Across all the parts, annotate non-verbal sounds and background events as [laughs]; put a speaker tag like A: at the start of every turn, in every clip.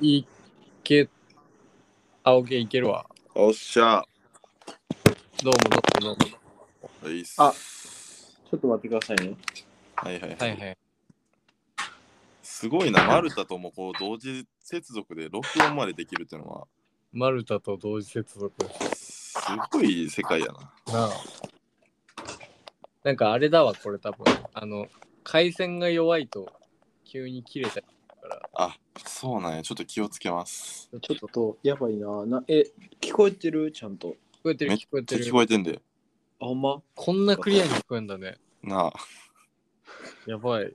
A: いいけ、青毛いけるわ。
B: おっしゃ。は
A: どうもどうもどうも。
B: いっす
C: あちょっと待ってくださいね。
B: はいはい
A: はいはい。
B: すごいな、マルタともこう同時接続で録音までできるっていうのは、
A: マルタと同時接続。
B: すごい世界やな。
A: なあ。なんかあれだわ、これ多分。あの、回線が弱いと急に切れちゃうから、
B: あ、そうなんや。ちょっと気をつけます。
C: ちょっと、やばいな。なえ、聞こえてるちゃんと。
A: 聞こえてる
B: めっ
A: 聞こえて
B: 聞
A: る。
B: こえてんで。
C: あ、ほんま
A: こんなクリアに聞こえんだね。
B: なあ。
A: やばい。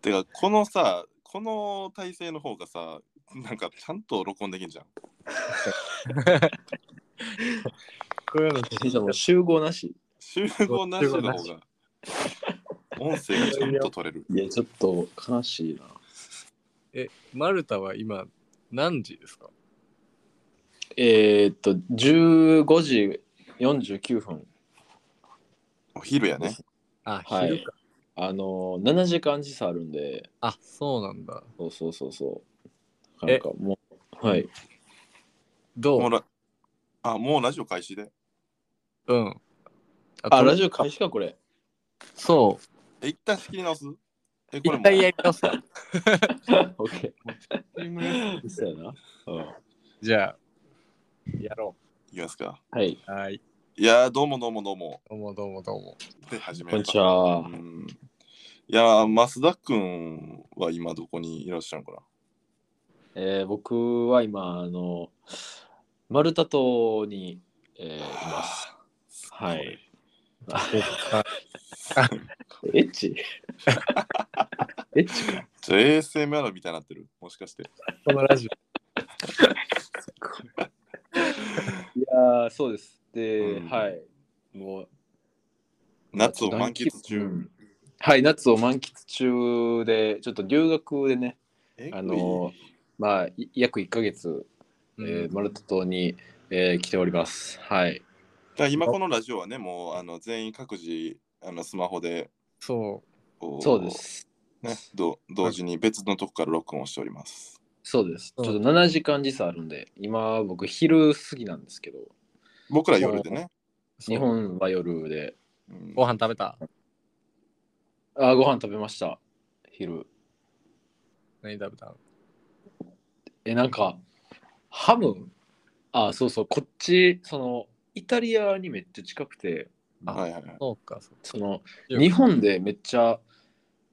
B: てか、このさ、この体勢の方がさ、なんかちゃんと録音できんじゃん。
A: こういうの聞
C: 先生もう集合なし。
B: 集合なしの方が、音声がちゃんと取れる。
C: いや、ちょっと悲しいな。
A: え、マルタは今何時ですか
C: えー、っと、15時49分。
B: お昼やね。
A: あ、
C: はい
A: 昼か。
C: あのー、7時間時差あるんで、
A: あ、そうなんだ。
C: そうそうそうそう。な
A: え
C: んかもう、はい。
A: ど
B: もう
A: う
B: らあ、もうラジオ開始で。
A: うん。
C: あ、ラ
A: ジ
C: ジオ開始か、こ [laughs] れ。
A: そう。
B: え、一旦仕切り直すえ、これ
A: 一
B: も
A: 回やり直すか。
C: オッケー。そうやな。うん。
A: じゃあ、やろ
B: いきますか。
C: はい。
A: う。はい。
B: いやー、どうもどうもどうも。
A: どうもどうもどうも。
B: で、始め
C: こん
B: よう
C: に
B: か
C: ちは
B: う。んいやー、増田君は今どこにいらっしゃるのか
C: えー、僕は今、あの、マルタ島に、えー、います。
B: な
C: はい。。
A: あ
C: エッチ [laughs] エッチか
B: じゃあ ASMR みたいになってるもしかして。
A: このラジ
C: いやーそうです。で、
B: うん
C: はい。もう
B: 夏を満喫
C: う
B: 中。
C: んはい、夏を満喫中で、ちょっと留学でね、
B: え
C: あのーまあ、い約1ヶ月、
A: オ。
C: えーマルタ島に、えー来ております。はい。
B: だから今このラジオはね、もうあの全員各自あのスマホで
A: そ
B: こ
C: そうで。す。
B: ね、ど同時に別のとこから録音をしております。
C: そうです。ち
A: う
C: ょ
A: ん
C: っと7時間時差あるんで、今僕昼過ぎなんですけど、
B: 僕ら夜でね。
A: う。そう
C: 日本は夜で、
B: うん
A: ご飯食べた
C: あーご飯食べました。昼。
A: 何食べた
C: え、なんか、ハムあ、そうそう、こっち、その、イタリアにめっちゃ近くて、
B: はいはいはい。
A: そうか、そう
C: その、
A: いや
C: 日本でめっちゃ、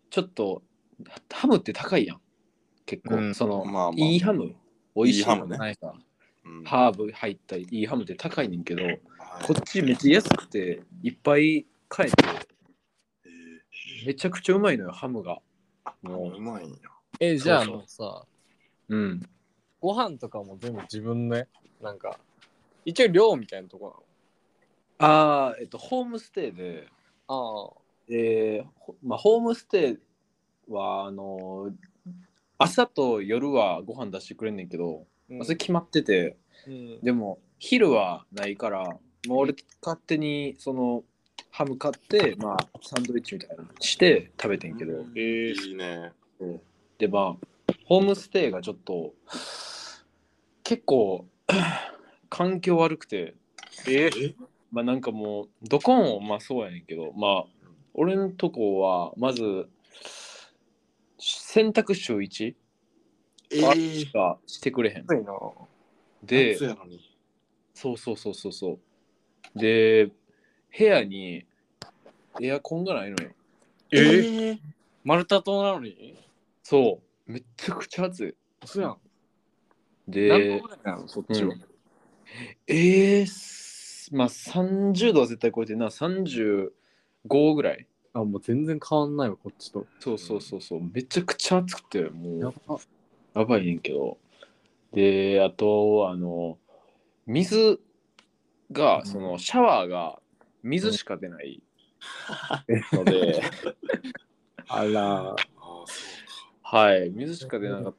C: ちょっと、ハムって高いやん。結構、
A: うん
C: その、
B: まあまあ
C: いいハム、美味しいハ
B: い
C: ム
A: ハムね
B: い
C: なんか
B: うん
C: ハーブ入ったいいハムって高いねんけど、
B: はい
C: こっちめっちゃ安くて、いっぱい買えて、
B: え
C: めちゃくちゃうまいのよ、ハムが。も
B: ーう
C: う、
B: まいんや。
A: え、じゃあ
C: そうそう
A: もうさ、
C: うん。
A: ご飯とかも全部自分ね、なんか、一応寮みたいなとこ
C: ああ、えっと、ホームステイで、
A: なの。
C: えーほまあ、ホームステイはあのー朝と夜はご飯出してくれんねんけど、
A: ああ。
C: まあそれ決まってて
A: うん
C: でも昼はないからもう俺勝手にそのハム買って、まあ、サンドイッチみたいなのして食べてんけど、
B: うん
A: えー
B: いいね。
C: でまあホームステイがちょっと結構 [clears throat] 環境悪くて
A: え
C: まあなんかもうどこもまあそうやねんけどまあ俺のとこはまず選択週1
B: え
C: しかしてくれへん、
A: 暑いな。
C: で
B: 夏やのに
C: そうそうそうそうそうで部屋にエアコンがないのよ
A: えマルタ島なのに
C: そうめっちゃくちゃ暑い
A: そうやん。何
C: で
A: 度ぐらいなのそっちは
C: う。えー、すまあ30度は絶対超えてるな35ぐらい
A: あ、もう全然変わんないわ、こっちと。
C: そうそうそうそうめちゃくちゃ暑くてもう
A: やば。
C: やばいねんけど。で、あと、あの、
A: う
C: 水が、
A: ん
C: そのシャワーが水しか出ない
A: [laughs]
C: ので、
A: あら。
B: ああ、そう
C: はい、水しか出なかった。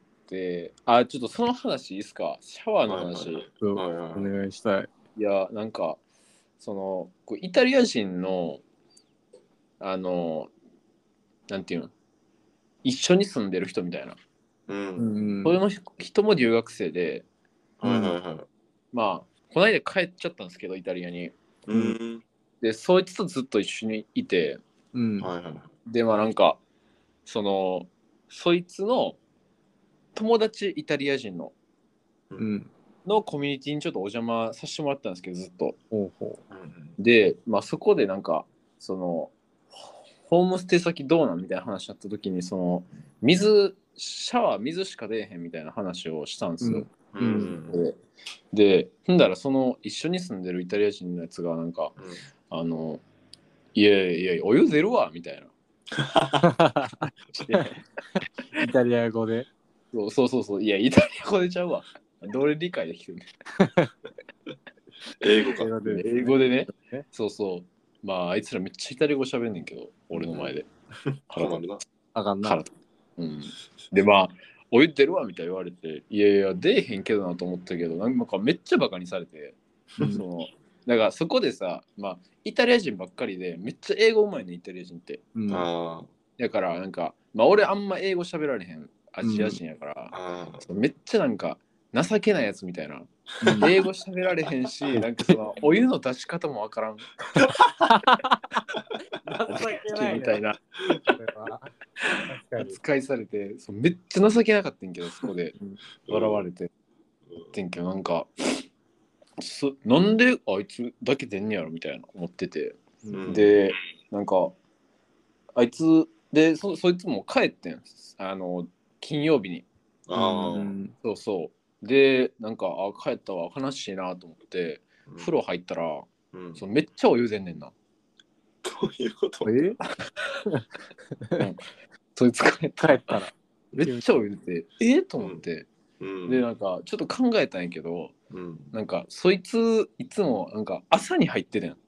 C: あ、ちょっとその話いいっすかシャワーの話。
B: はい
C: い
B: はい
A: そう
B: か。
A: お
B: はいはいはい
A: 願いしたい。
C: や、なんか、その、こうイタリア人の、あの、なんていうの、一緒に住んでる人みたいな
B: うん。
A: ん
C: それの人も留学生で、
B: はいはいはい。
C: まあ、この間帰っちゃったんですけど、イタリアに。
B: うん。
C: で、そいつとずっと一緒にいて、
A: うん。
B: はいはいはい。
C: で、まあなんか、その、そいつの友達、イタリア人の、
A: うん。
C: のコミュニティにちょっとお邪魔させてもらったんですけど、ずっと。
A: ほうほ
B: うん
C: で、まあそこでなんか、その、ホームステイ先どうなんみたいな話になった時に、その、水、シャワー水しか出えへんみたいな話をしたんですよ。
A: うん
B: うんうんうん
C: でで、ほんだらその一緒に住んでるイタリア人のやつがなんか、あの、いやいやいや、お湯出るわみたい
B: [laughs]
C: な。
A: [laughs] う。イタリア語で。
C: そうそうそうそう、いや、イタリア語でちゃうわ。どれ理解できてる
B: 英語か。
C: の英語でね
A: ね。
C: そうそう。まあ、あいつらめっちゃイタリア語喋んねんけど、俺の
A: [laughs]
C: 前で。
B: かなるな。
A: あかん
C: か
A: な
C: ら。うん、で、まあ、お湯出るわみたいに言われて、いやいや、出えへんけどなと思ったけど、なんかめっちゃバカにされて、
A: うん
C: その、だからそこでさ、まあ、イタリア人ばっかりで、めっちゃ英語うまいね、イタリア人って。
A: うん
C: [laughs]
B: あ
C: だから、なんか、まあ、俺あんま英語喋られへん、アジア人やから
B: あ。、ああ。
C: めっちゃなんか、情けないやつみたいな。
A: うん
C: 英語喋られへんし、なんかその、お湯の出し方もわからん。
A: 情
C: みたいな。
A: これは確かに。
C: 扱いされてそうめっちゃ情けなかったん
A: [laughs]
C: けどそこで
A: うん
C: 笑われてってんけどなんかそなんであいつだけ出んねやろみたいな思ってて
B: うん
C: でなんかあいつでそそいつも帰ってんあの金曜日に
B: ああ。
C: そうそうでなんかあ帰ったわ悲しいなと思って風呂入ったら
B: うん。
C: そうめっちゃお湯出んねんな
B: どういうこと
A: え [laughs]
C: そいつ帰った
A: 帰ったら。
C: めっちゃお湯出てえっと思って
B: うん
C: でなんかちょっと考えたんやけど
B: うん
C: なんかそいついつもなんか朝に入ってるやん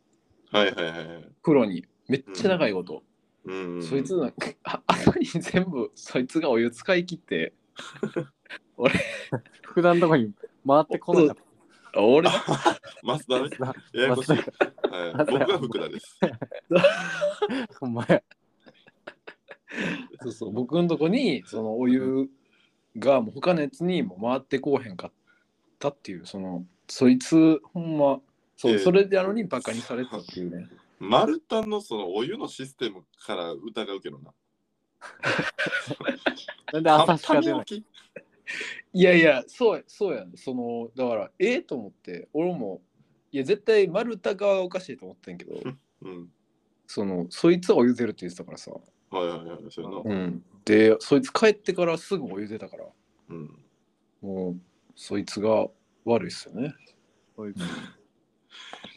B: はいはいはいはい。
C: 風呂にめっちゃ長いこと、
B: うん。
C: そいつなんかあ朝に全部そいつがお湯使い切って
A: 福田のとこに回ってこなかっ
C: あ俺だ
B: マスダね。
A: た。
B: ややこしい。
A: マ
B: は
A: ス
B: い。僕が福田です。
A: お前。
C: そうそう僕のとこにそのお湯がもう他のやつにも回ってこうへんかったっていうそのそいつほんまそう、
B: ええ
C: それであのにバカにされてたっていう
B: [laughs]
C: ね
B: マルタンのそのお湯のシステムから疑うけどな。
A: なんで朝しか [laughs] 出ない。
B: き
C: いやいやそうやそうやんそのだからええと思って俺もいや絶対丸太側がおかしいと思ってんけど
B: うん。
C: そのそいつはお湯出るって言ってたからさ、
B: はいはいはい。そういうの。
C: うん、でそいつ帰ってからすぐお湯出たから
B: うん。
C: もうそいつが悪いっすよね
A: こいつ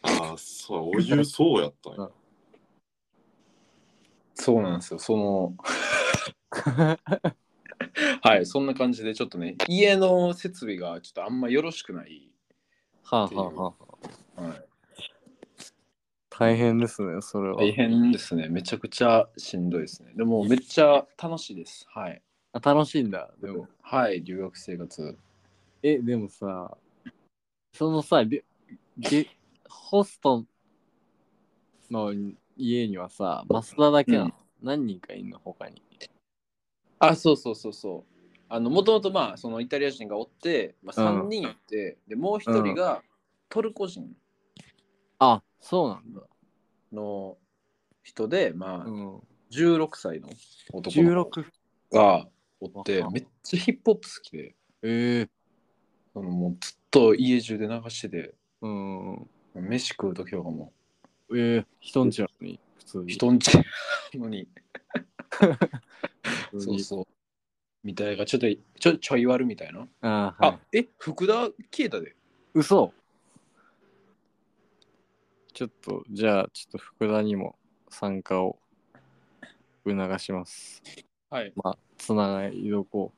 B: ああ、そう、お湯そうやったんや。
C: そうなんですよその [laughs] はいそんな感じでちょっとね家の設備がちょっとあんまよろしくない、
A: はあはあはあ。
C: はい、
A: 大変ですね、それは。
C: 大変ですねめちゃくちゃしんどいですねでもめっちゃ楽しいですはい
A: あ楽しいんだ。で
C: で
A: も
C: も。はい留学生活
A: え、でもさ、そのさ、りげホストの家にはさ、増田だけなの、
C: うん
A: 何人かいんの他に。
C: あそうそうそうそうあのもともとまあそのイタリア人がおって、まあ、
A: うん
C: 3人いて、でもう1人がトルコ人、
A: あ、そうなんだ。
C: の人で、ま
A: う
C: あ、
A: ん、
C: 16歳の男の子
A: 16。
C: がおって
A: 若、
C: めっちゃヒップホップ好きで、
A: ええ
C: あのもうずっと家中で流してて、
A: うん。
C: 飯食うときとかも、
A: ええ人んちなのに、普通に。
C: 人んちなのに、
A: 普通
C: そう
A: に
C: そう。みたいな、ちょっとちょちょい悪みたいな。
A: あー、はい
C: あ、え、福田消えたで。
A: 嘘ちょっと、じゃあ、ちょっと福田にも参加を促します。
C: はい。
A: まあ、つながりどこ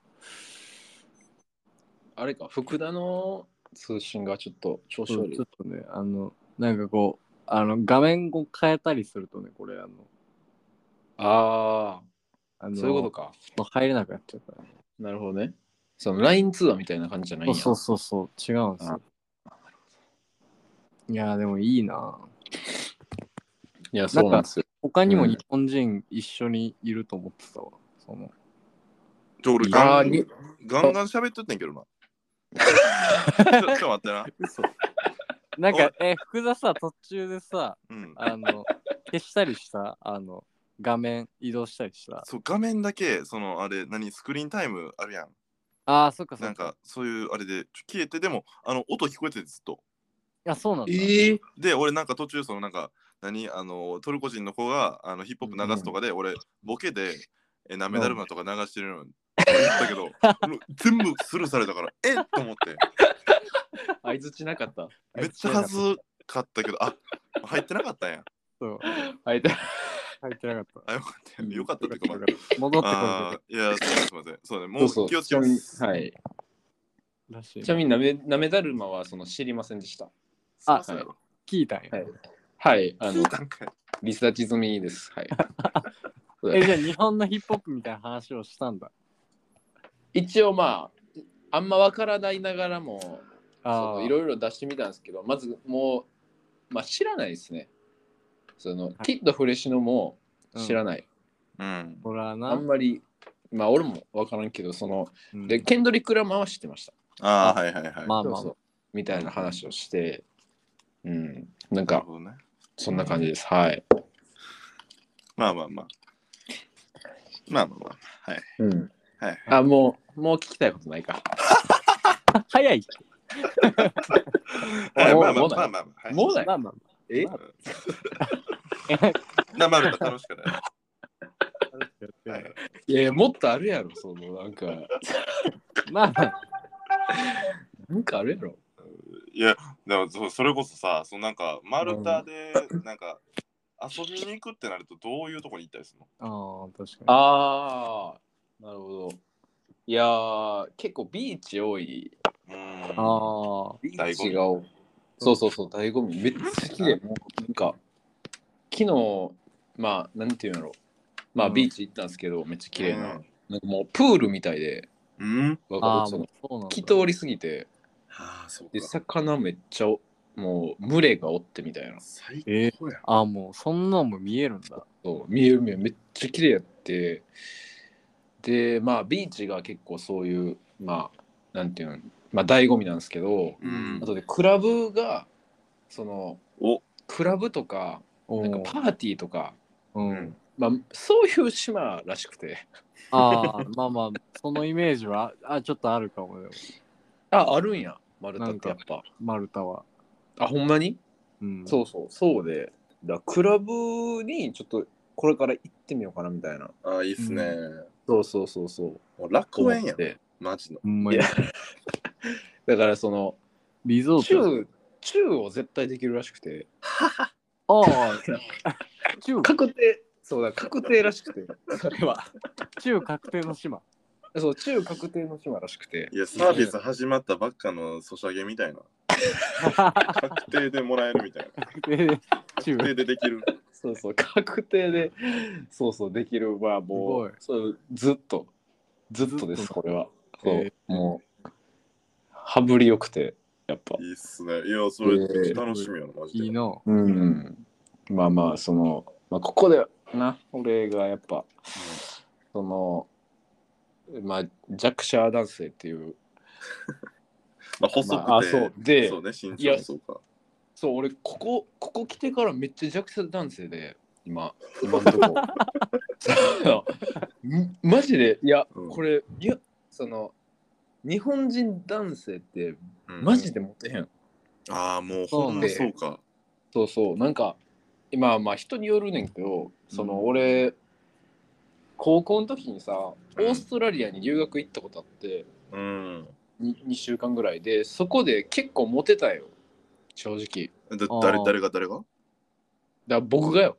C: あれか、福田の通信がちょっと調子
A: そう
C: 悪い
A: ちょ。っとね、あの、なんかこう、あの、画面を変えたりするとね、これ、あの、
C: あ
A: あ
C: あ、
A: の
C: そういうことか。
A: もう入れなくなっちゃうから、
C: なるほどね。その LINE 通話みたいな感じじゃないん
A: そう
C: や。
A: そうそうそう、違うんですよ。いやー、でもいいなぁ
C: いや、そうなんですよ。
A: 他にも
C: うん
A: 日本人一緒にいると思ってたわ。その
B: じゃあ俺
C: あ
B: ガ
C: あ、
B: ン
C: に
B: ガンガン喋っとってんけ [laughs] どな。ちょちょっと待ってな。
A: 嘘 [laughs] なんか、え、福田さ、途中でさ、
B: うん。
A: あの、消したりした、あの、画面移動したりした。
B: そう、画面だけ、その、あれ、何、スクリーンタイムあるやん。
A: ああ、そっかそっか。
B: なんか、そういう、あれで、ちょ消えて、でも、あの、音聞こえててずっと。
A: あ、そうなんだ。
C: え
B: で、俺なんか途中、そのなんか、何、あの、トルコ人の子があのヒップホップ流すとかで、俺、ボケで、え、なめだるまとか流してるのに、言った [laughs] けど、もう全部スルーされたから、えっと思って、
C: [laughs] 相づちなかった。
B: [laughs] めっちゃ恥ずかったけど、あ入ってなかったんや。
A: そう。
C: 相手
A: 入ってなかった。
B: あ、よかった。 [laughs] よかったっていうか、まあ、
A: 戻ってこ
B: あ
A: な
B: ーいや、すみません。そうね、もう気をつけま
C: ちなみに
B: す。
C: はい。
A: いらしい
C: ち。なみになめ、なめだるまはその知りませんでした。
A: あ
B: そうやろ
A: 聞いたんや。
C: はいはい。あ
B: 聞
C: の
B: い、たんかい
C: リサーチ済みです。はい。
A: え、じゃあ日本のヒップホップみたいな話をしたん
C: [laughs]
A: だ。
C: 一応まあ、あんまわからないながらも、
A: ああ、
C: いろいろ出してみたんですけど、まずもう、まあ知らないですね。その、キッドフレッシュのも知らない。
B: うん。
A: ほら
C: あ
A: な。
C: んまり、まあ俺もわからんけど、その、
A: うん
C: で、ケンドリック・ラマーは知ってました。
B: ああ、はいはいはい。
A: まあ
C: そう
A: ま
C: そ
A: あ
C: う。みたいな話をして、うん、なん
B: なる
C: か、
B: ほどね。
C: そんな感じです。はい。
B: まあまあまあ。まあまあまあ。はい。
C: うん。
B: はい。
C: あ、もう、もう聞きたいことないか。。
A: 早いって。
B: はい、
C: もう
B: まあま
C: も
B: あ
C: うない
B: まあまあまあ。はい
C: もうない
A: まあまあ
C: え
B: なまると楽しくない。
A: まあ
B: はい
C: いやいや、もっとあるやろ、その、なんか、
A: まあまあ。
C: なんかあるやろ。
B: いや、でもそそれこそさ、そのなんか、マルタで、なんか、遊びに行くってなると、どういうとこに行ったりするの
A: ああ、確か
C: ああ、なるほど。いやー、結構ビーチ多い。
B: う
A: に。あ
B: ーん。
A: あ。
C: ビ
B: 醍
C: ー
B: 醐味
C: チが多い。そうそうそう、醍醐味。めっちゃ好きで、もう、なんか、昨日、まあ、なんていうんやろまあ、
A: うん
C: ビーチ行ったんですけど、めっちゃ綺麗な。
B: う
C: なんかもう、プールみたいで、
B: うん。
C: わか
A: あ
C: る
A: あ、
C: そ
A: もう
C: の、
A: そうなんだ。
C: き通りすぎて、
B: ああ、そう
C: で、魚めっちゃ、もう、群れがおってみたいな。
B: 最高や。
A: ああ、もうそんなんも見えるんだ。
C: そう見える見えるめっちゃ綺麗やってでまあビーチが結構そういうまあなんていうのまあ醍醐味なんですけど
B: うん
C: あ。とでクラブがその
B: お
C: クラブとか
A: お
C: なんか
A: ー
C: パーティーとか、
A: うん。
C: まあ、そういう島らしくて
A: ああ、まあまあ、そのイメージは、あ、ちょっとあるかもよ、
C: ああるんやマルタってやっぱ
A: マルタは。
C: あほんまに、
A: うん。
C: そうそうそうでだクラブにちょっとこれから行ってみようかなみたいな
B: ああ、いいっすね。
C: そうそうそうそう
B: もう楽園やん。
C: で
B: マジの。
A: ほんまに
C: いやだからその
A: リゾート。
C: 中中を絶対できるらしくて
A: ああ、中、
C: 確定そうだ確定らしくてそれは
A: 中確定の島。 [laughs]
C: そう中確定の島らしくて
B: いや、サービス始まったばっかのソシャゲみた
C: [laughs]
B: いな。確定でもらえるみたいな。
A: 確定で中
B: 確。定でできる。
C: そうそう確定でそうそうできるはもうそうずっとずっとで
A: ずっ
C: す
A: と
C: これはそう、
A: え
C: もう羽振りよくてやっぱ
B: いいっすね。いや、それ楽しみやな、マジ
A: いい
B: で。
A: の。
C: うんまあまあその、まあ、ここでな俺がやっぱそのまあ弱者男性っていう
B: まあ、細くて、
C: まああそうで
B: そうね、身
C: いや
B: 長そうか。
C: そう、俺、ここ、ここ来てからめっちゃ弱者男性で、今、今んと
B: [laughs]
C: こ。 [laughs] そうんマジで、いや、
B: うん
C: これ、いや、その、日本人男性って
B: うん
C: マジでモテへん。
B: ああ、もうほんまそうか。
C: そうそう、なんか、今、まあ人によるねんけど、その、
A: うん
C: 俺、高校の時にさ、オ
B: うん
C: ーストラリアに留学行ったことあって、
B: うん。
C: に 2, 週間ぐらいで、そこで結構モテたよ、正直。
B: だ
A: あー
B: 誰誰が誰が
C: だから僕
B: [laughs]
C: がよ。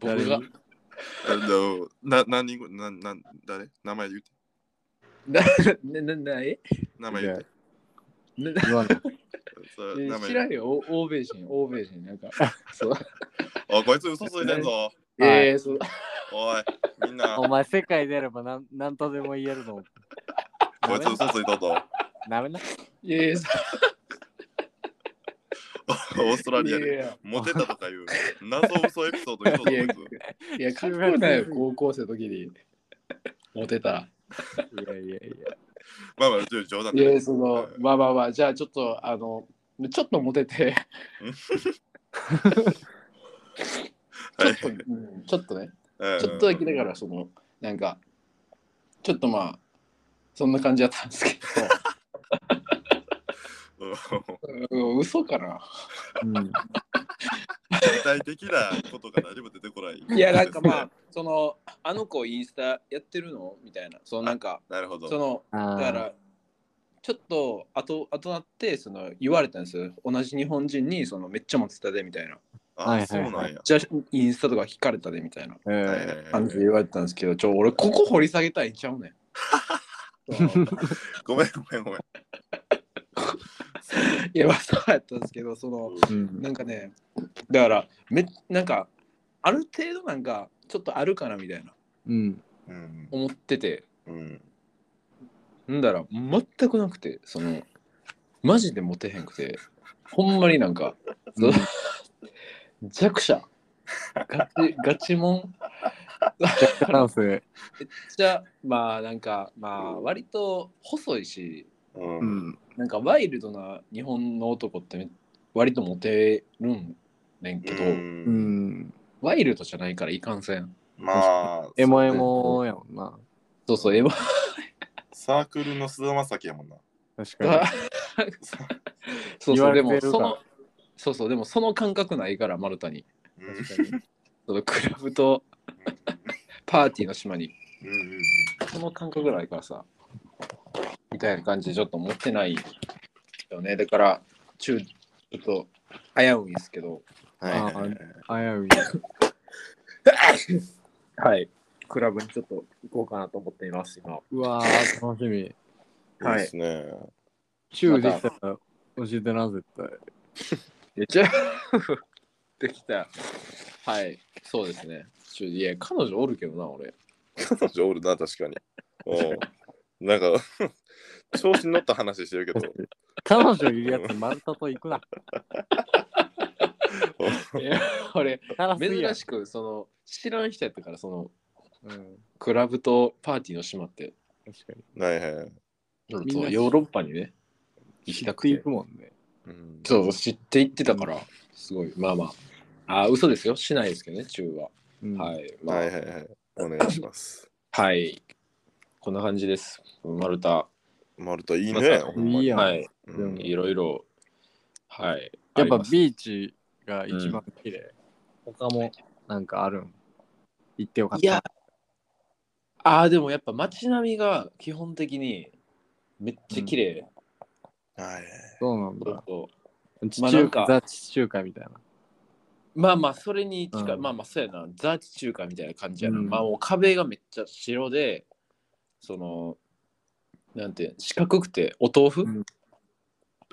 C: 僕が。
B: あのな何人ぐなな誰名前言って。
C: な、な、な、な、え
B: 名前言って。
C: [laughs] な
A: 言わない。
B: そう
C: え
B: [laughs] 名前
C: 知
B: 言
C: ら
B: って
C: んよ、お欧米人、欧米人。 [laughs] なんか、そう。
B: あ、こいつ嘘ついてんぞ。
A: はい
C: えー、そう。
B: おい、みんな、
A: お前、世界出ればなんなんとでも言える
C: [laughs]
A: の。
B: [laughs] こいつ嘘ついたぞ。
A: ダメな。
C: えー、そ
B: オーストラ
C: う。い
B: リ
C: や
B: ア
C: い
B: で。
C: や
B: モテたとかいう謎嘘エピソード嘘つ
C: いや
B: こいつ。
C: いや、かっこよくないよ、高校生の時に。モテた。
A: いやいやいや。
B: まあまあ、ちょっと冗談
C: い
B: で。
C: や、その、まあまあまあ、じゃあちょっと、あの、ちょっとモテて、
B: [laughs]
C: ちょっと、うんちょっとね、
B: はい
C: ちょっとだけだから、その、なんか、ちょっとまあ、そんな感じだったんですけ
B: うん
C: ど、うん嘘かな
A: うん。
B: 具体的なことが何も出てこない。
C: いや、なんかまあ、その、あの子インスタやってるのみたいな、そのなんか、
B: なるほど。
C: その、
A: あ
C: だ
A: ー
C: から、ちょっと後、後なって、その、言われたんですよ。同じ日本人に、その、めっちゃモテたで、みたいな。
B: あ、
A: はいはいはい
B: そうなんや。
C: じゃあ、インスタとか聞かれたで、みたいな
A: え
B: はい
A: ー
B: はい
C: 感
B: は
C: じ
B: い
C: で言われてたんですけど、ちょ、俺、ここ掘り下げたいんちゃうねん。 [laughs] そう
B: ごめんごめんごめん。
C: いや、まあそうやったんですけど、その、
A: うん
C: なんかね、だから、めなんか、ある程度なんか、ちょっとあるかな、みたいな、
A: うん。
B: うん。
C: 思ってて、
B: うん。
C: なんだろう、全くなくて、その、マジでモテへんくて、ほんまになんか、その弱者、ガチ、ガチもん、
A: カランス。
C: じゃあ、まあなんか、まあ割と細いし、
B: うん。
A: う
B: うん。
A: ん。
C: なんかワイルドな日本の男ってめ割とモテるんねんけど、
A: う。ん。
C: ワイルドじゃないからいかんせん。
B: まあ、
A: エモエモやもんな。
C: そうそう、エヴ
B: サークルの菅田将暉やもんな。
A: 確
C: ァ [laughs]
A: か
C: そ
A: 言
C: うそ
A: わ
C: う、
A: れ
C: で
A: て
C: も
A: る
C: その
A: か、
C: そうそう、でもその感覚ないから、丸太に。
B: う
A: に。
B: ん
A: 確かに
C: そのクラブとパーティーの島に。
B: うんうんうん
C: その感覚ぐらいからさ、みたいな感じでちょっと持ってないよね。だから、中、ちょっと危ういんですけど、
B: はいはいはい。
A: 危
C: はい。クラブにちょっと行こうかなと思っています、今。
A: うい。うわー、楽しみ。
C: はい
B: いですね。
A: チューできたら教えてな、絶対。
C: めちゃ [laughs] できた。はい。そうですね。ちょいや、彼女おるけどな、俺。
B: 彼女おるな、確かに。おうなんか、調子に乗った話してるけ
C: [laughs]
B: ど。
A: 彼女いるやつ、丸太と行くな。
B: おう
C: [laughs] いや、俺、
A: カラスいいや
C: 珍しく、その、知らん人やったから、その、
A: うん。
C: クラブとパーティーの島って、
A: 確かに。
B: はいはい。
C: ちょっ
A: みんな
C: とヨーロッパにね、行き
A: 知
C: た
A: っ
C: く
A: て
C: て
A: い。くもんね。
B: うん
C: そう、知って言ってたから、すごい、まあまあ。あ、嘘ですよ。しないですけどね、中は。
A: うん
C: はい。まあ、
B: は
C: はいい、
B: はいはい。お願いします。
C: こんな感じです。丸太。
B: マルタいいね。ほんまに
A: いいやん
C: はい。
B: うん
A: でも
C: いろいろ、はい。
A: やっぱ
C: あります
A: ビーチが一番綺麗。他もなんかあるん。行ってよかっ
C: い
A: た。
C: や、ああ、でもやっぱ街並みが基本的にめっちゃ綺麗。
B: はい。
A: そうなんだ。
C: そ
A: 地中
C: まあ
A: 華、
C: な
A: ザ・地中華みたいな。
C: うまあまあ、それに近い、
A: うん
C: まあまあ、そうやな。ザ・地中華みたいな感じやな。
A: うん
C: まあもう壁がめっちゃ白で、その、なんて、四角くてお豆腐、
A: うん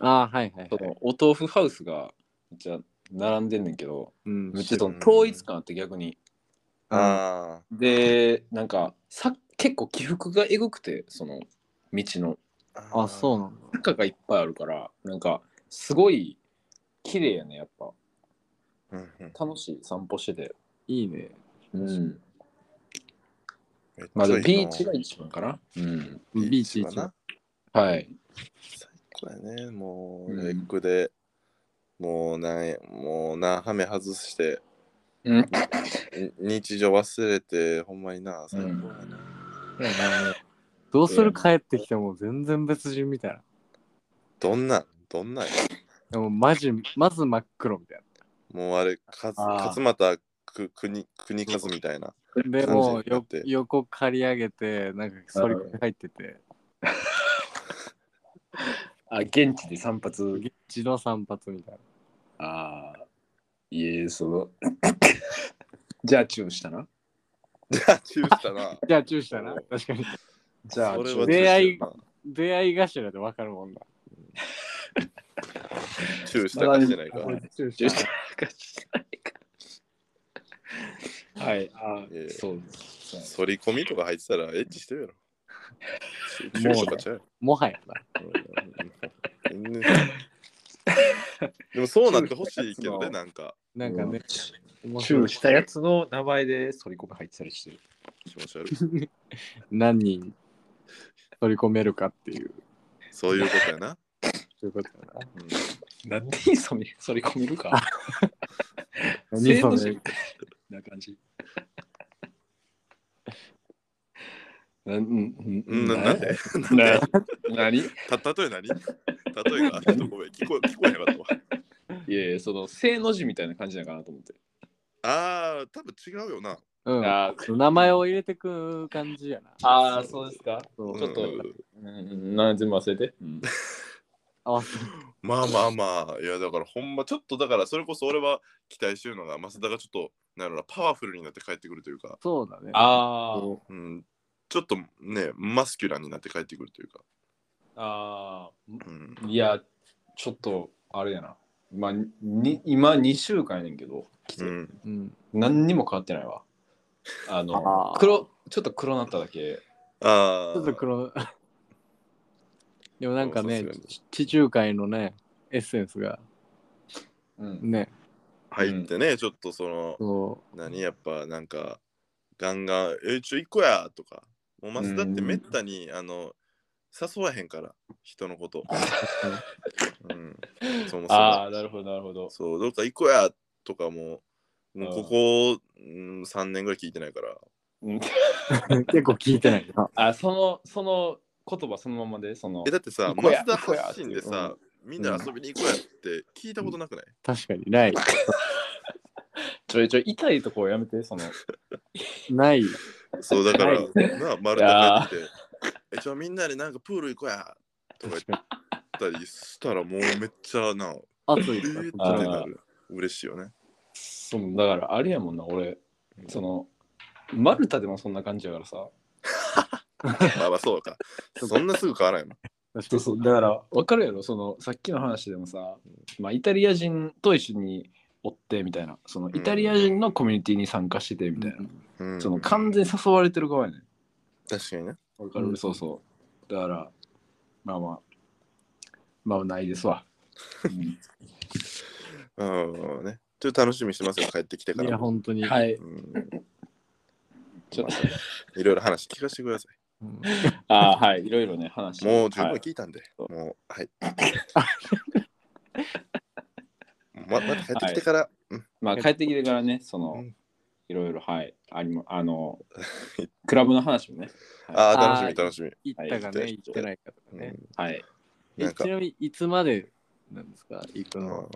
A: ああ、はいはい、
C: そ
A: はい。
C: のお豆腐ハウスがめっちゃ並んでんねんけど
A: うん
C: めっちゃその
B: うん
C: 統一感あって逆に
B: あ
C: でなんかさ結構起伏がえぐくてその道の
B: あ。
A: あ、そうなんだ。
C: 中がいっぱいあるからなんかすごい綺麗やねやっぱ
B: うなんうんうん。
C: 楽しい散歩してて
A: いいね。
C: うん
B: めっちゃいいな
C: まあでもビーチが一番かなうん
A: ビーチ一
B: かな
A: 番。。
C: はい
B: 最高やね。もう、
C: うん
B: レックで、もうなんや、もうな、ハメ外して、
C: うん
B: に日常忘れて、ほんまにな、最高やな。
A: そうやなどうする帰ってきても全然別人みたいな。
B: どんなんどんなんや
A: でもマジ、まず真っ黒みたい
B: もうあれ、かず
C: あー
B: 勝俣く国国数みたい
C: [laughs]
B: な。 [laughs]
A: な。で
B: 感じにな
A: も
B: っ
A: うよ
B: て
A: 横刈り上げて、なんかそれ入ってて、
C: あ現地で散髪
A: 地の散髪みたいな。
C: ああいえその [laughs] じゃあチューしたな
B: じゃあ、チューしたな。
A: じゃあ、チューしたな。確かに。
C: じゃあ
B: それ
C: チュー
B: は
A: で出会い
B: チューしたな
A: 出会い頭でわかるもんな。
B: チューしたかしてないか。
A: 俺チュー
C: 女
A: し
C: 子
A: た。
C: がしないから。はい、あ
B: いやいや
C: そうです。
B: 反り込みとか入ってたらエッチしてる
C: [laughs]
B: やろ。チューとかちゃうやろ
A: もはやな。
B: うん全然でもそうなってほしいけど
C: [laughs]
B: ね、なんか。
A: なんかね、面
C: チ
A: 白い
C: ューしたやつの名前で反り込み入ってたりしてる。
B: 気持ち悪い。
A: 何人取り込めるかっていう
B: そういうことやな。
A: そういうことだな。
B: うん
C: なんでにそり反り込めるか。
A: 何そ
C: せー
A: れ
C: のな感じ。なうん
B: うんななんで
C: な何い
B: た例え何例えが、ちょっとごめん、聞こえ聞こえなかったわ。
C: やいや、その、正の字みたいな感じなのかなと思って。
B: ああ、多分違うよな。
A: うん。
C: あ
A: 名前を入れてく感じやな。
C: あー、そうですか。
A: そう
C: ちょっと
B: うん
C: うんうん、なん全部忘れて。うん
A: あそう
B: まあまあまあ、いやだからほんまちょっとだからそれこそ俺は期待してるのが、増田がちょっと、なんやろなパワフルになって帰ってくるというか、
A: そうだね。
C: あー
A: そ
B: うん、ちょっとね、マスキュラーになって帰ってくるというか。
C: あ
B: うん
C: ー、いや、ちょっと、あれやな。まあ、に今2週間やねんけど、来て
B: うん、
A: う。うん。
C: 何にも変わってないわ。あの、
A: あー
C: 黒、ちょっと黒なっただけ。
B: あ
A: ちょっと
B: あ、
A: 黒。でもなんかね
B: そうそうそう、
A: 地中海のね、エッセンスが
C: うん。
A: ね、
B: 入ってね、ちょっとその、
A: そ
B: 何やっぱなんか、ガンガン、え、ちょ、一個やとか、もう増田ってめったに、あの、誘わへんから、人のこと。
C: [laughs]
B: うん、そもそも。
C: ああ、なるほど、なるほど。
B: そう、どっか行こうやとかも、もう
C: うん
B: ここ、うん、3年ぐらい聞いてないから。
A: う、 [laughs] 結構聞いてないな。
C: あ、その、その言葉そのままで、その
B: え、。だってさ、
C: 行こうや
B: 松田
C: 行こうや
B: 発信でさ、みんな遊びに行こうやって聞いたことなくない、
A: 確かに
C: [laughs]
A: ない。
C: ちょいちょい痛いとこやめて、その。
A: ない。
B: そう、だから、
A: は
B: な、丸太帰ってきて、え、じゃあみんなでなんかプール行こうやとか言ったりしたら、もうめっちゃな、
A: 熱
B: え
A: い
B: ーっ
A: か
B: て
A: ら。
C: あー
B: なる。嬉しいよね。
C: そのだから、あれやもんな、俺、その、マルタでもそんな感じやからさ。
B: まあまあそうか。そんなすぐ変わらないもん。
A: 確か
C: そう
A: に
C: そう、だから、わかるやろ、その、さっきの話でもさ、まあ、イタリア人と一緒におって、みたいな、その、イタリア人のコミュニティに参加してて、みたいな、
B: うん、
C: その、
B: 確
C: 完全に誘われてる側やね
B: かにね。
C: わかる、
A: うん
C: そうそう。だから、まあまあ、まあ、ないですわ。
B: うん、ね。ちょっと楽しみにしてますよ、帰ってきてか
A: いや、
B: らも。。
A: 本当に。
C: はいう
B: ん、
C: ちょっと
B: いろいろ話聞かせてください。
A: うん
C: あーはい、いろいろね、 [laughs] 話。
B: もう十分
C: はい
B: 聞いたんで、
C: はい
B: もう、はい。ままた帰ってきてから、うん
C: まあ、帰ってきてからね、その、
B: うん
C: いろいろ、はい、ありも、
B: [laughs]
C: あの、クラブの話もね、
B: ああ、楽し
A: は
B: み、
A: い
B: 楽しみ。
A: 行ったかね、
B: はい
A: 行ってないかとか
B: う
A: ね。
B: ん
C: はい。
A: え
B: なんか
A: ちなみに、いつまでなんですか行く
B: う
A: のは
B: ん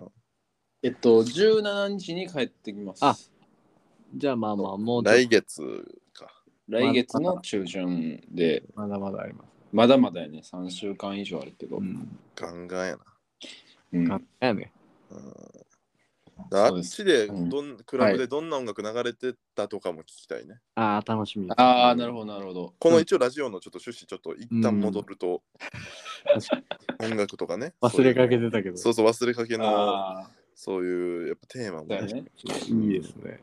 C: えっと、17日に帰ってきます。
A: あじゃあまあまあ、もうちょっ
B: 来月か。
C: 来月の中旬で、
A: とまだまだあります。
C: まだまだやね、3週間以上あるけど、
A: うん。
B: ガンガンやな。
C: うん
A: あやね。
B: うん
C: そう
B: あ
C: で
B: っ
C: す
B: ちで
C: うん
B: どん、クラブでどんな音楽流れてたとかも聞きたいね。
A: ああ、楽しみ。
C: ああ、なるほど、なるほど。
B: この
C: うん
B: 一応ラジオのちょっと趣旨ちょっと一旦戻ると、
A: 確かに
B: 音楽とかね。
A: 忘れかけ
B: て
A: てたけど。
B: そうそう、忘れかけの、
C: あ
B: そういうやっぱテーマも
C: あ、だよ
B: ね。
C: ね。
A: いいですね。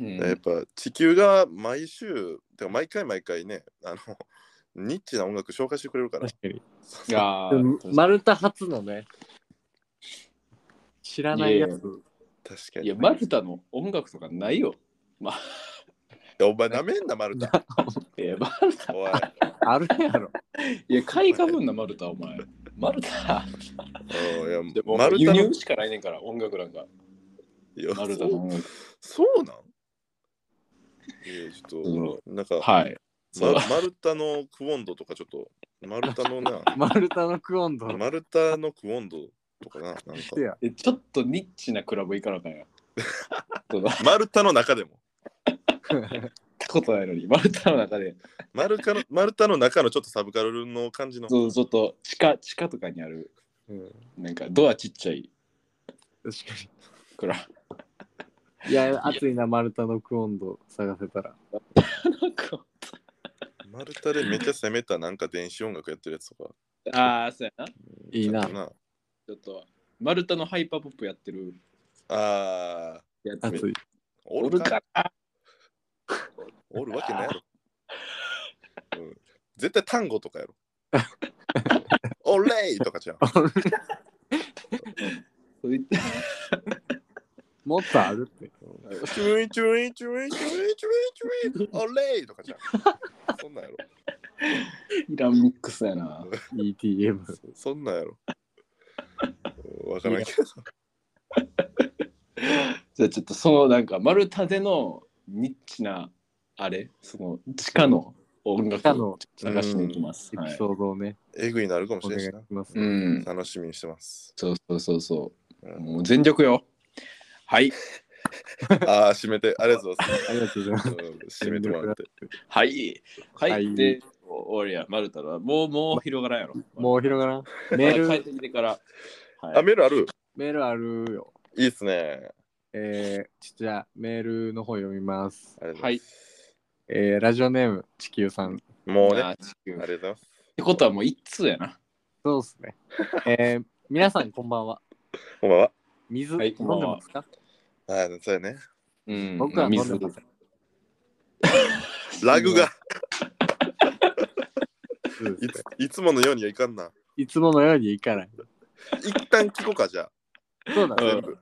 C: うん
B: やっぱ地球が毎週、てか毎回毎回ね、あの、ニッチな音楽紹介してくれるから
A: 確。かに。
C: いや
A: でも
C: ー
A: マルタ初のね、知らないや
C: いや
A: つ
C: い。
B: 確か
C: い
B: に。
C: や、マルタの音楽とかないよ。
B: いやお前なめんな、マ
C: [laughs]
B: ルタ。
C: いや、マルタ。
B: おい。
A: あるやろ。 [laughs]
C: いや、買いかぶんな、マルタ、お前。マルタ。
B: うんい
C: [laughs] で
B: や、
C: も、
B: マル
C: 輸
B: タの
C: 入しかないねんから、音楽なんか。
B: いや
C: マルタの音楽。
B: そうそうなんいやちょっと、なんか、
C: はい。そう
B: まマルタのクオンドとかちょっと、マルタのな、
A: マルタのクオンドの。
B: マルタのクオンドとかな、なん
A: い
B: か、
A: や
C: えちょっとニッチなクラブ行かなあかん [laughs] や。そんな
B: マルタの中でも、
C: ことないのに、マルタの中で、
B: マルカのマルタの中のちょっとサブカルの感じの、
C: そうちょっと地下、地下とかにある、
A: うん
C: なんかドアちっちゃい
A: 確か
C: クラ
A: に。いや、熱いな、マルタのクオンド探せたら。
C: ブ。なんか
B: マルタでめっちゃ攻めたなんか電子音楽やってるやつとか、
C: ああ、そうやな。ち
A: いいな
B: ちょっと
C: ょっと、マルタのハイパーポップやってる
B: あー、
C: やつ。
A: 熱い。
B: お
C: お
B: る
C: る
B: か
C: か
B: おるわけないやろ。うん、絶対単語とかやろ。オレイとかじゃん。
C: そういった
A: もっとあるって。
B: チュイチュイチュイチュイチュイチュイチュイオレイとかじゃん。そんなんやろ。
C: いらんミックスやな。
A: ETM。
B: そんなん [laughs] やろ。わからんけど。
C: じゃあちょっとそのなんか丸太でのニッチなあれその地下の音楽
A: 地下の
C: を流していきます。
A: エ
C: は
A: ピ
C: い、
A: ソードをね、
B: えぐいなるかもし
A: お
B: れ
A: 願
B: ん
A: い
B: し
A: し
B: な。
A: ます。
C: うん。
B: 楽しみにしてます。
C: そうそうそうそう。
B: うん
C: もう全力よ。はい。
B: ああ、締めて。ありがとうござい [laughs] ます。
A: ありがとうございます。
B: うん締めてもらって。
C: はい。はい。
A: はい
C: で、おおりや、丸太はもう、もう広がらんやろ。
A: もう広がらん。
C: う
A: メ
C: 帰っ
A: ール、
C: てきてから。はい、
B: あ、メールある
A: メールあるよ。
B: いいっすね。
A: えー、ちょじゃあメールの方読みます。
B: ありがとうござ
C: はいい。
A: えー、ラジオネーム、地球さん。
B: ますもうね。
C: あ
B: あ
C: ー地球
B: り
C: っ
B: がとうございます。
C: てことはもう一通やな。
A: そうですね。えー、皆さんこんばんは。
B: こんばんは。
A: 水、
C: はいこ
A: 飲ん
C: んばん
A: で
C: は
A: ますか
B: ああ、そうやね。
C: うん
A: 僕は飲んで
C: 水
A: ません。
B: ラグが
A: そうです
B: い
A: ね
B: ついつものようにはいかんな。
A: いつものようにいかない。
B: 一旦聞こうか、じゃあ。
A: そうだね。
C: うん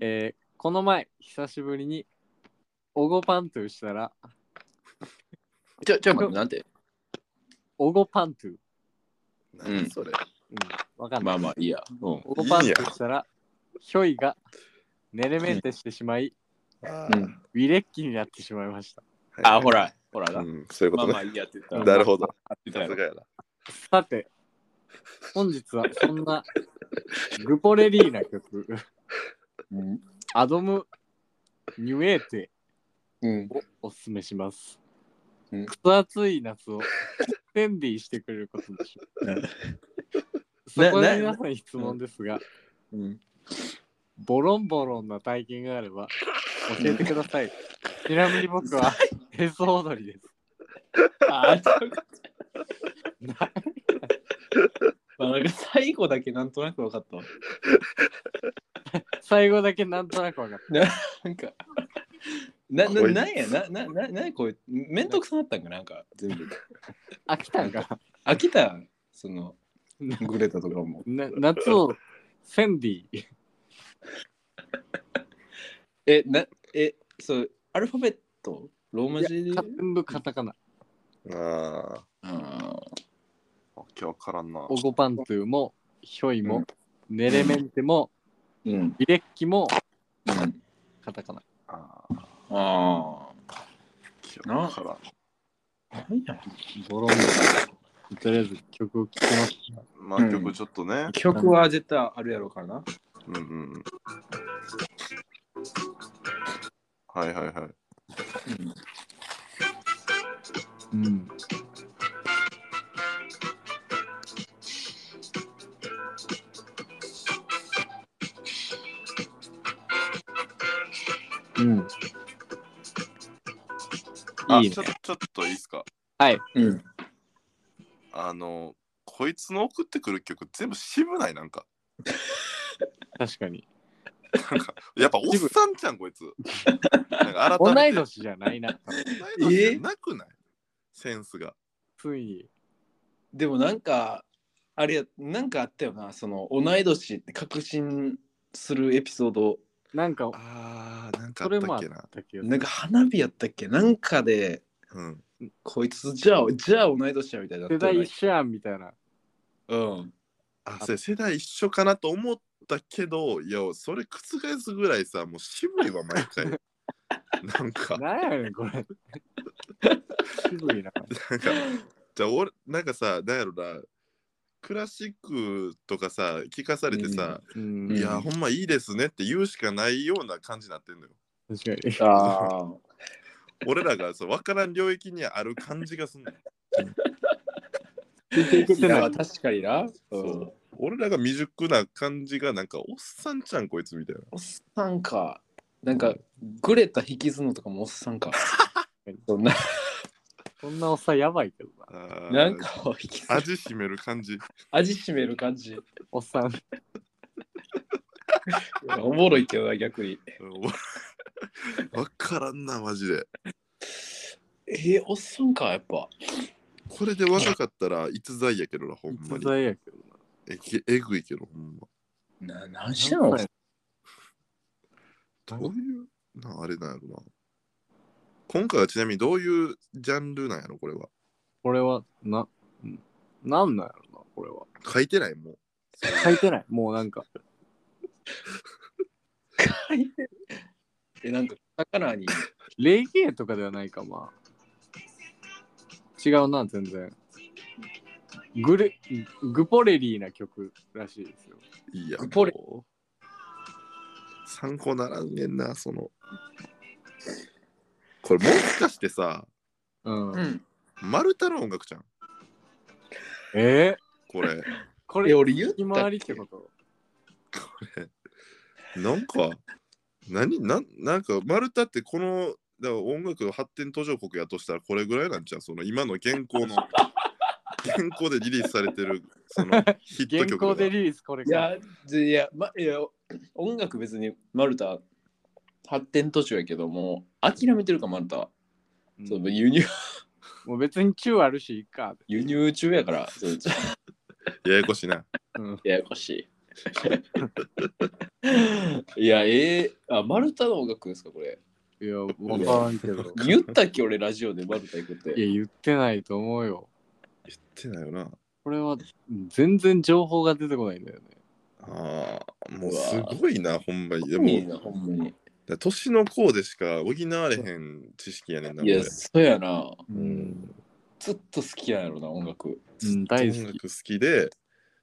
A: えーこの前、久しぶりに、おごパントゥしたら、
C: ちょ、ちょ、待って、なんて。
A: おごパントゥ。うん
B: 何それ。
A: わかんない。
C: まあまあ、いいや。うん。
A: おごパントゥしたら、ひょいが、ねれめんてしてしまい、
B: あ
C: う
B: ー
C: ん
A: ウィレッキになってしまいました。
C: あ、ほら、ほら
B: う
C: が。
B: ん、そういう
C: ま
B: こと
C: あまあ、
B: ね。
C: いいやって言った
B: [laughs]
C: ら。
B: なるほど。
C: あ言って
B: さ
C: たや
B: す
C: ろ
B: がやな。
A: さて、本日はそんな、グポレリーな曲、
C: うん
A: アドム・ニュエーテ
C: うん。
A: をおすすめします。
C: うん
A: くそ暑い夏をフェンディしてくれることでしょ
C: うん
A: う。そこ
C: な
A: で
C: な
A: 皆さんに質問ですが、
C: うん。
A: ボロンボロンな体験があれば教えてください。ちなみに僕はへそ踊りです。
C: あ、ちょっとまあ、なんか最後だけなんとなく分かったわ。
A: 最後だけなんとなく分かっ
C: なんか、な、な、
B: こいつ
C: なんや、な、な、な、な、こう、面倒くさなったんか、なんか、全部。
A: た。飽きたんか。
C: 飽きた、その、グレタとかも。
A: な夏をフェンディ。
C: え、な、え、そう、アルファベット、ローマ字で。
A: いや全部カタカナ。
B: あ
C: あ
B: あ、今日わからんな
A: オ。ゴパントゥーもヒョイも、ネレメンテも、
C: ーうん。
A: ビレッキも
C: うん。
A: カタカナ。
B: あ
C: あ
B: ー今日わか
C: あ。なんや
A: ボロンボロン。とりあえず曲を聴きます。
B: らん。まあ、曲ちょっとね。
C: 曲は絶対あるやろうからな。
B: うんうん。はいはいはい。
A: うん。うん。
B: あ、
A: いいね
B: ちょ。ちょっといいっすか。
A: はい。
C: うん。うん、
B: あの、こいつの送ってくる曲全部渋ないなんか。
A: 確かに。
B: なんかやっぱおっさんじゃんこ
A: [laughs]
B: いつ。なんか
A: 同
B: 改
A: い
B: めて
A: 年じゃないな。
B: 同い年じゃなくないセンスが。
A: ついに。
C: でもなんか、あれや、なんかあったよな、その、同い年って確信するエピソード。
A: なんか、
B: ああ、なんかあ
A: そ
B: っ
A: れもあ
B: たっ
A: っ
B: けな。
A: たけど。
C: なんか花火やったっけなんかで、
B: うん。
C: こいつじゃあ、じゃあ同い年やみたいにな
A: 世
C: ったよ
A: 代
C: な
A: 一緒やんみたいな。
C: うん。
B: あ、それ世代一緒かなと思ったけど、いや、それ覆すぐらいさ、もう渋いわ、毎
A: [laughs]
B: 回。なんか、
A: なんやねん、
C: [laughs]
A: これ。渋いな。
B: なんか、じゃあ俺、なんかさ、なんやろな、クラシックとかさ、聞かされてさ、
A: うん
C: うん
B: いや、ほんまいいですねって言うしかないような感じになってんのよ。
A: 確かに。
C: ああ。
B: 俺らがそう分からん領域にある感じがすんのよ。
A: 聞いていけ
C: い
A: てない
C: や、。確かにな。う
B: そ
C: ん。
B: 俺らが未熟な感じがなんかおっさんちゃんこいつみたいな。
C: おっさんか。なんか、グレタ引きずのとかもおっさんか。そんな、
A: そんなおっさんやばいけどな。
B: あー
C: なんかを引きずる
B: 味しめる感じ。
C: 味しめる感じ。い
A: おっさん。
C: やおもろいけどな、逆に。
B: 分からんなマジで。
C: えー、おっさんか、やっぱ。
B: これで若かったら逸材やけどなほんま
A: 逸
B: に。
A: 材やけどな。
B: えけえぐいけどほん
C: な、何してんの
B: ま。どういうなあれなんやろな。今回はちなみにどういうジャンルなんやろこれは。
A: これは、な、んなんなんやろな、これは。
B: 書いてないもう
A: 書いてない。もうなんか、
C: え、なんか、魚に、
A: レゲエとかではないか、まあ。違うな、全然。グレ、グポレリーな曲らしいですよ。
B: いいや
C: ポレ
B: もう参考ならんねんなそのこれもしかしてさ
A: うん。
C: ん。
B: 丸太の音楽じゃん
A: えー、
B: これ
A: こ
C: え、
A: れ、
C: 俺言っ
A: ひま
C: た
A: わ
C: っ
A: りって
C: け
A: こと
B: なんか何なんなんか丸太ってこのだから音楽発展途上国やとしたらこれぐらいなんじゃんその今の現
A: [laughs]
B: 行の現行でリリースされてるそのヒット
A: 現
B: 曲
A: 行
B: が
A: でリリースこれ
C: い
A: か。
C: や、ずいや、ま、いや、音楽別にマルタ発展途中やけど、もう諦めてるか、マルタは。
B: うん
C: その輸入、 [laughs]
A: もう別にチューあるし、いいか。
C: 輸入中やから、そのちょっ
B: ややこしいな
A: うん。
C: とややこし [laughs] い。いや、えー、あ、マルタの音楽ですか、これ。
A: いや、わからんけど。い
C: 言ったっけ、俺、ラジオでマルタ行くって。
A: や、言ってないと思うよ。
B: 言ってないよな
A: これは、全然情報が出てこないんだよね。
B: あーもうすごいなほんまにでも
C: いいな、ほんまに。
B: だから年の功でしか補われへん知識やねんな。
C: いや、
B: 俺
C: そうやな。
A: うん。
C: ずっと好きやろな、音楽。
A: うん、大
B: 音
A: 好き。
B: 楽好きで、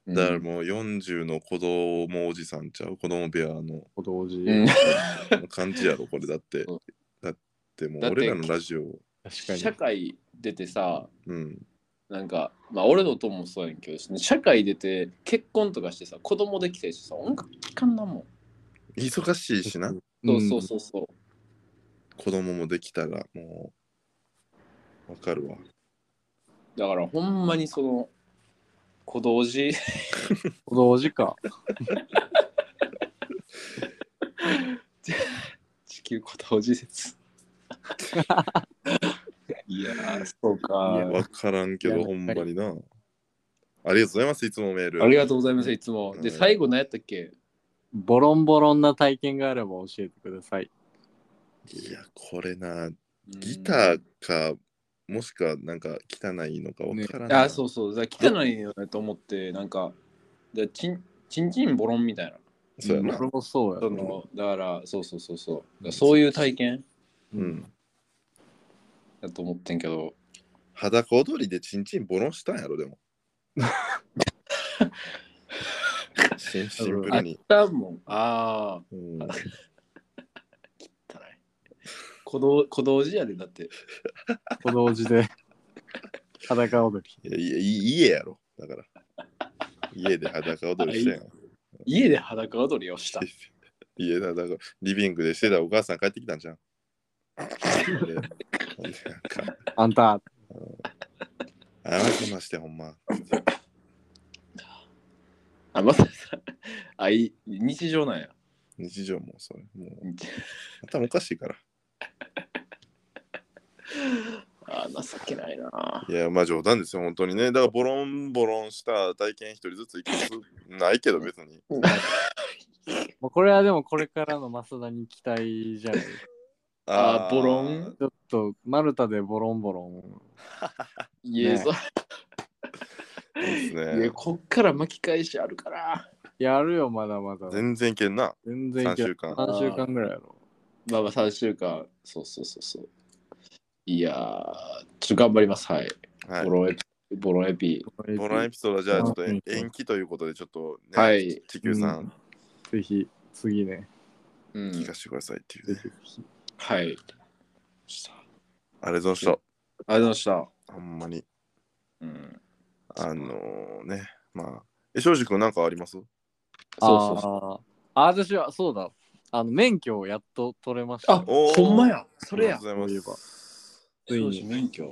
C: うん
B: だからもう40の子供おじさんちゃう子供部屋の
A: お同時。
C: うん
B: 感じやろ、これだって
C: うん。
B: だってもう
C: だって
B: 俺らのラジオ、
A: 確かに。
C: 社会出てさ、
B: うん。
C: なんか、まあ、俺の音もそうやんけど、社会出て結婚とかしてさ、子供できたりしてさ、音楽聴かんなも
B: 忙しいしな、
C: ん。そうそうそうそう。
B: 子供もできたらもう、わかるわ。
C: だから、ほんまにその、子同時、
A: うん。同時か。
C: 地球子同時説。いやー、そう
A: いや
C: か。
B: わからんけ
A: い
B: ど、
A: や
B: ほんまにな。ありがとうございます、いつもメール。
C: ありがとうございます、いつも。
B: うん
C: で、最後何やったっけ
A: ボロンボロンな体験があれば教えてください。
B: いや、これな、
C: うん
B: ギターか、もしくはなんか汚いのかわからない。
C: あ、そうそう。だから汚いよねと思って、なんか、だちんちんちんボロンみたいな。
B: そうやな
A: 俺。もそうや
C: そ
A: な。
C: のだから、そうそうそうそう。だからそういう体験
B: うん。
C: だと思ってんけど、
B: 裸踊りでチンチンボロンしたんやろでもシンシンプ
C: あ
B: ル
C: っ
B: に、
C: たもん。ああ、
B: うん
C: 汚い。小道小道寺やで、だって。
A: お同時で。裸踊り。
B: いやいやい家やろだから家で裸踊りしてんやろ
C: 家で裸踊りをした。
B: 家で裸リビングでしてたらお母さん帰ってきたんじゃんほんでほんでなんか
A: あんた、
B: 改ましてほんま
C: あ、まささん、あい、日常なんや。
B: 日常もそれもう頭おかしいから
C: あー、情けないな。
B: いやまあ冗談ですよ本当にねだからボロンボロンした体験一人ずついくつないけど別に
A: もうこれはでもこれからの増田に期待じゃない。
C: あーボロン
A: ちょっと、マルタでボロンボロン。
C: いや、
A: ね
C: そう
B: です
C: い
B: ね
C: やこっから巻き返しあるから。
A: やるよ、まだまだ。
B: 全然いけんな
A: 全然
B: 3
A: いけ
B: 週
A: る。
B: 間
A: 3週間ぐらいやろ。
C: まあまあ3週間。そうそうそうそう。いやー、ちょっと頑張ります。はい。
B: はい
C: ボロエピ。ボロエピ。
B: ボロンエピソードはじゃあちょっと
A: うん
B: 延期ということでちょっとね、
C: はい
B: 地球さん
A: ぜひ、次ね。
C: うん
B: 聞かせてくださいっていう、ね
C: はい。した
B: ありがとうございまし
C: ありがとうございました。
B: たほんまに
C: うん。
B: あのねまあえ庄司君なんかあります
C: そうそうそう。
A: あーあ、私は、そうだ。あの、免許をやっと取れました。
C: あ、
B: おー
C: ほんまや。それや。
B: ありがとうござい
A: そ
B: ます
A: ついに
C: 少子免許。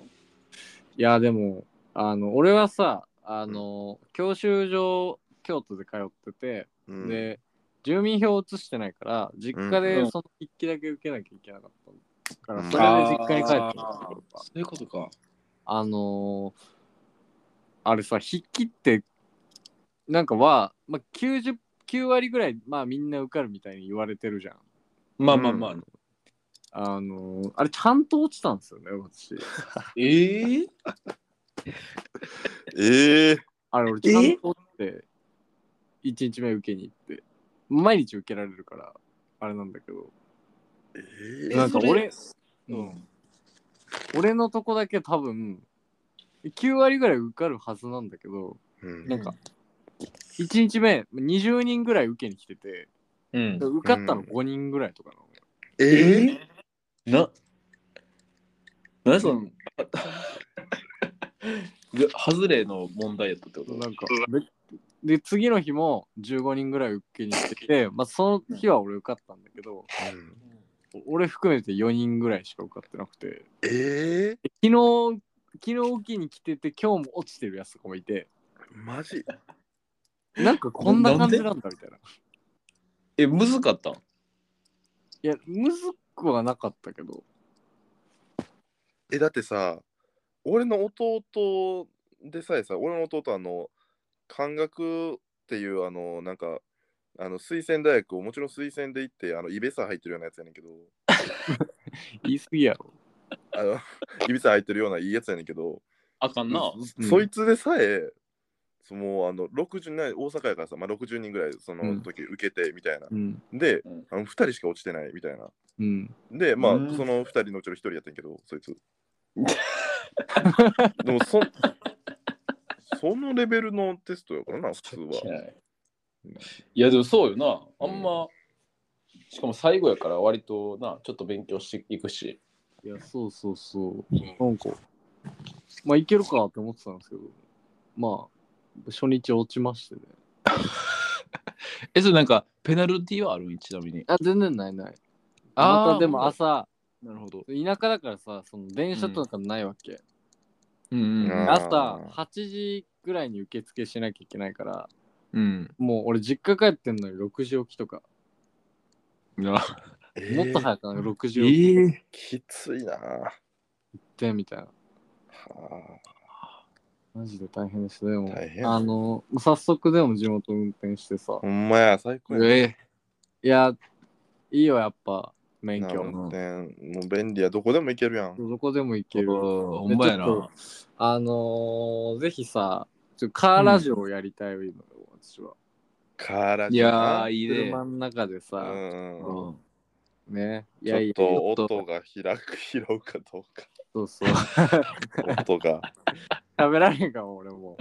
A: いやでもあの俺はさあの、教習所京都で通ってて、
B: うん、
A: で住民票を移してないから実家
C: う
A: で
C: ん
A: その筆記だけ受けなきゃいけなかったから、
B: うん
A: それで実家に帰ってた
C: あーそういうことか。
A: あのーあれさ筆記ってなんかは、まあ、90 9割ぐらい、まあ、みんな受かるみたいに言われてるじゃん。
C: まあまあまあ。
A: あのーあれちゃんと落ちたんですよね私。
C: ええ
B: ええ
A: あれ、俺、ちゃんとって、1日目受けに行って、毎日受けられるから、あれなんだけど、
B: え
A: なんか俺、
C: う
A: うん
C: ん、
A: 俺のとこだけ多分、9割ぐらい受かるはずなんだけど、
B: うん
A: なんか、1日目、20人ぐらい受けに来てて、
C: うん、
A: 受かったの
B: うん
A: 5人ぐらいとかなのよ。
B: えー
C: な、なその、 [laughs] で外れの問題やったってこと
A: なんかでで次の日も15人ぐらい受けにしてて、まあ、その日は俺受かったんだけど
B: うん
A: 俺含めて4人ぐらいしか受かってなくて
B: ええ
A: 昨日昨日受けに来てて今日も落ちてるやつとかもいて
B: マジ
A: なんかこんな感じなんだみたいな
C: え、むずかったん
A: いやむずくはなかったけど
B: えだってさ俺の弟でさえさ俺の弟あの漢学っていうあのなんかあの推薦大学をもちろん推薦で行ってあのイベサ入ってるようなやつやねんけど
A: 言い過ぎやろ
B: あのイベサ入ってるようないいやつやねんけど
C: あかんな。
A: うん
B: そいつでさえそのあの60な大阪やからさ、まあ、60人ぐらいそうの
A: ん
B: 時受けてみたいな、
A: うん
B: で
C: うん
B: あの2人しか落ちてないみたいな
A: うん
B: でまあ、
C: うん
B: その2人のうちの1人やってんけどそいつでもそそのレベルのテストやからな普通は、
C: いや、でもそうよな。あんま、しかも最後やから割とな、ちょっと勉強していくし。
A: いやそうそうそうなんかまあいけるかって思ってたんですけどまあ初日落ちましてね
C: え、それなんか、ペナルティはあるんちなみに。
A: あ全然ないない
C: あー
A: またでも朝
C: なるほど。
A: 田舎だからさその電車とかないわけ、
C: うんうん
B: あー
A: 朝8時ぐらいに受付しなきゃいけないから
C: うん。
A: もう俺実家帰ってんのに6時起きとか、
C: うん。あ
B: え
A: もっと
B: ー
A: 早くな6
C: え
A: 時起き
B: きついなは
A: てみたいな
B: あ
A: マジで大変ですねもう
B: 大変
A: あの早速でも地元運転してさ
B: ほんまや最高
C: え
B: やな
A: いやいいよやっぱ免
B: な
A: 許
B: 運転もう便利やどこでも行けるやん
A: どこでも行け
C: え
A: る
C: ほんまやな。
A: でちょっあのー、ぜひさちょカーラジオをやりたいのよ、私は
B: から
C: いやー、いいね。
A: 車の中でさ、
B: うんうん
C: うん
A: ねい
B: ちょ
A: やい
B: っ
A: や
B: と音が開く [laughs] 拾うかどうか
A: そうそう
B: 音が
A: 食べられんかも俺も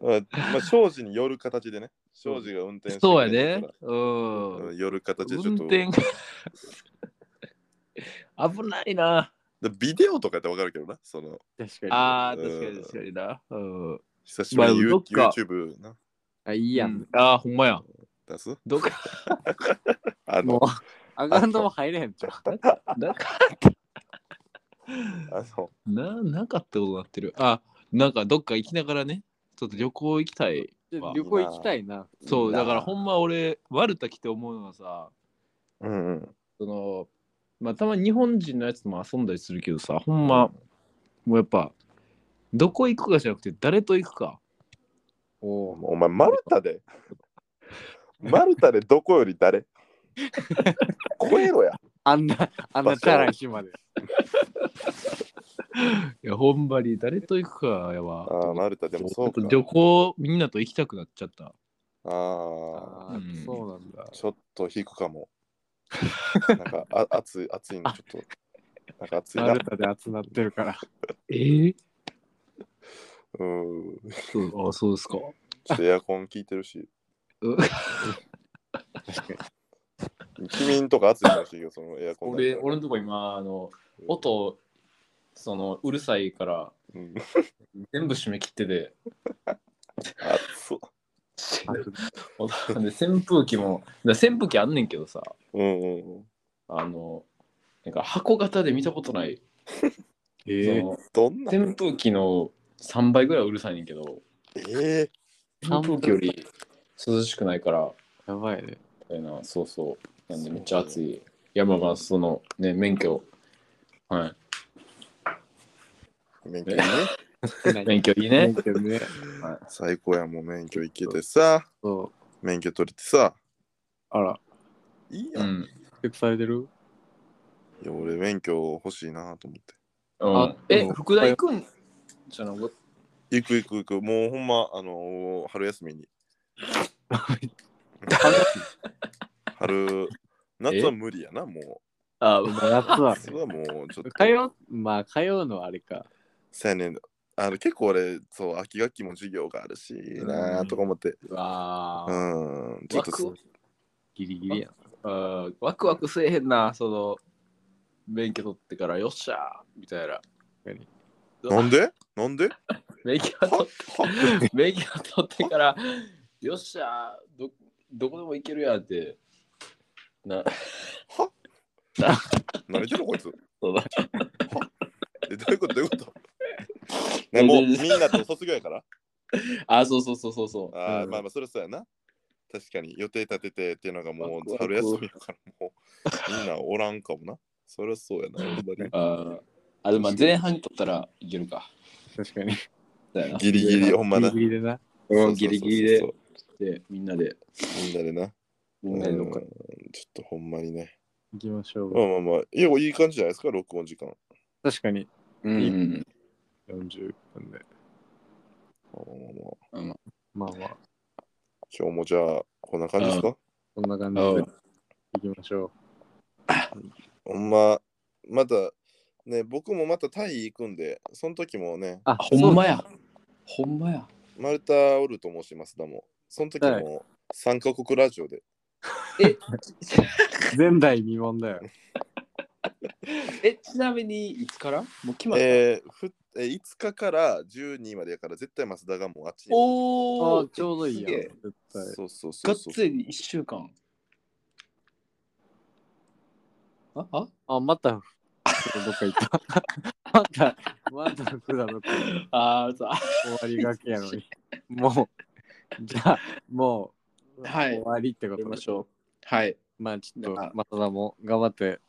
B: まあ、まあ、庄司による形でね。庄司が運転して
C: そう
B: く
C: や
B: れる
C: ね
B: か。
C: う。
B: ら。うんんよる形でちょ
C: 運
B: っと。
C: 転
B: で
C: が [laughs] 危ないな。
B: ビデオとかやってわかるけどな。その、
A: 確かに
C: ああ、
B: うん
C: 確かに確かにな。うん。
B: 久しぶりにユ
C: まあどっか
B: YouTube な。
A: あいいやん、
C: ああ、ほんまや。
B: 出す
C: どっか、
B: あ
A: も
B: の
A: う、アカウントも入れへんじゃん
C: [laughs] なか、
B: あの、
C: な、なんかってことになってる。あ、なんかどっか行きながらね、ちょっと旅行行きたい。
A: ちょ
C: わ
A: 旅行行きたいな
C: そう、だから
B: ほ
C: ほんま俺、ワルタ来て思うのはさ、
B: うんうん。
C: その、まあたまに日本人のやつとも遊んだりするけどさ、ほんま、もうやっぱ、どこ行くかじゃなくて、誰と行くか。
A: おう
B: お前、マルタで。マルタでどこより誰
C: [laughs]
B: 超えろや。
A: あんなあんなチャラい島で
C: いや、ほんまに誰と行くかやわ。
B: ああ、マルタでもそうか
C: ちょっと。旅行みんなと行きたくなっちゃった。
B: ああ、
A: あーそうなんだ
B: ちょっと引くかも。なんか、あ暑い、暑いの、ちょっと。なんか暑い
A: マ
B: な
A: ル。タで集まってるから
C: えー、
B: うん。
C: そうあそうですか。
B: ちょっとエアコン効いてるし。
C: うん
B: [laughs] 君んとか暑いらしいよ、そのエアコンだけ
C: 俺、俺のとこ今、あの、音、その、うるさいから、
B: うん、
C: 全部締め切って [laughs] て、
B: 暑っ
C: おで扇風機も、だから扇風機あんねんけどさ、
B: うんうんうん。
C: あの、なんか箱型で見たことない、
A: え
C: そ
A: ー、
C: の
B: どんな
C: [laughs] 扇風機の3倍ぐらいうるさいねんけど、
B: え
C: 扇風機より涼しくないから、
A: やばいね
C: みたいな、そうそう。なんでめっちゃ暑い。いや、まあまあ、その、ね、免許、は
B: ー、免許ね。
C: い。免許いいね
A: 免。許ね
B: 最高やもう免許行けてさ、
A: そう
B: 免許取れてさ、
A: あら
B: いいや。
C: うん
B: い
C: ん。
A: チェックされてる
B: や俺免許欲しいなと思って。
C: うん
A: あ
C: え
A: で、も
C: 福田行くんじゃな
B: 行く行く行く。もうほんま、あのー春休み [laughs] に。春、夏は無理やな、も
C: あ
A: まあ夏は
B: う。それはもうちょっ
A: 通
B: と。
A: う、まあ通うのはあれか。
B: そうやねんあの結構俺、そう、秋学期も授業があるしなーとか思って。
A: うわ
B: う
A: あ、
B: ん、ちょ
C: ワ
B: っと
C: ク
B: そ
C: ワ
B: う
C: ク
A: ギリギリや
C: あーワクワクせえへんな、その、免許取ってから、よっしゃーみたいな。
B: なんでなんで
C: 免
B: [laughs]
C: 許
B: は
C: 取っ
B: は
C: 免許取ってから、よっしゃーど、どこでも行けるやんって。な、
B: 何言ってんのこいつ。
C: そうだ
B: [laughs] え、どういうことどう [laughs] いうことね、もうみんなと卒業やから。
C: あ、そうそうそうそうそう。
B: あー、
C: うん
B: まあまあ、それそうやな。確かに予定立ててっていうのがも
C: ワク
B: う
C: ワク
B: 春休みやからもうみんなおらんかもな。それそうやな。ほん
C: [laughs]
B: まに
C: あーあ、でもまあ前半に取ったらいけるか。
A: 確かに。
C: だよな
B: ギリギリ、ほんま
A: ギ
B: な
A: リ。ギリでな。
C: う
B: そ
C: ん
B: うそうそうそう
C: ギリギリで。で、みんなで、
B: みんなでな。
C: みんなでどっか
B: うんちょっとほんまにね。
A: 行きましょ
B: ま
A: う。
B: あまあまあ、いや、いい感じじゃないですか、録音時間。
A: 確かに
C: うんうん
A: 40分で。
B: まあまあまあまあ
A: まあまあ、
B: 今日もじゃあ、こんな感じですか
A: こんな感じ
C: う
A: で
C: ん。
A: 行きましょ
B: ほんま、また、ね、僕もまたタイ行くんで、その時もね、
A: う。あ
C: あ、ほんまや。ほんまや。
B: マルタ・オルと申しますだもん。その時も3カ国ラジオで。
A: そう前代未聞だよ。
C: [laughs] え、ちなみに、いつからもう決まった。
B: えーふえー5日から12までやから絶対増田がもうあっちに。
C: お
A: あ
C: ー
A: ちょうどいい
C: すげ
A: やん。
C: え
A: 絶対。
B: そうそうそ
C: が
B: う
C: っ
B: そう。
C: つり1週間。ああ
A: あ、また、ちょっとどっか行った。 [laughs] また、また福田の子終
C: あーそうあ
A: わりがけやのに。もう、じゃあ、もう、
C: はい
A: 終わりってこ
C: やり
A: と
C: ま
A: で。
C: しょう。はい。
A: まあ、ちょっと
C: じゃあ、
A: まただも頑張って、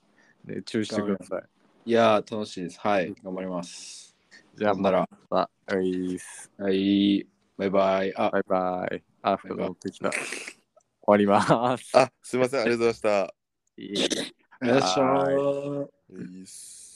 A: ね、注意してください。
C: いやー、楽しいです。はい。頑張ります。
A: じゃあ、
C: ほんな
A: ま
C: ら。
A: た、はいっす
C: はい。バイバイ。あ、
A: バイバイ。あ、福田持ってきた。終わります。
B: あすいません、ありがとうございました。
A: いい
C: いらっしゃ。
A: はい
B: いいっす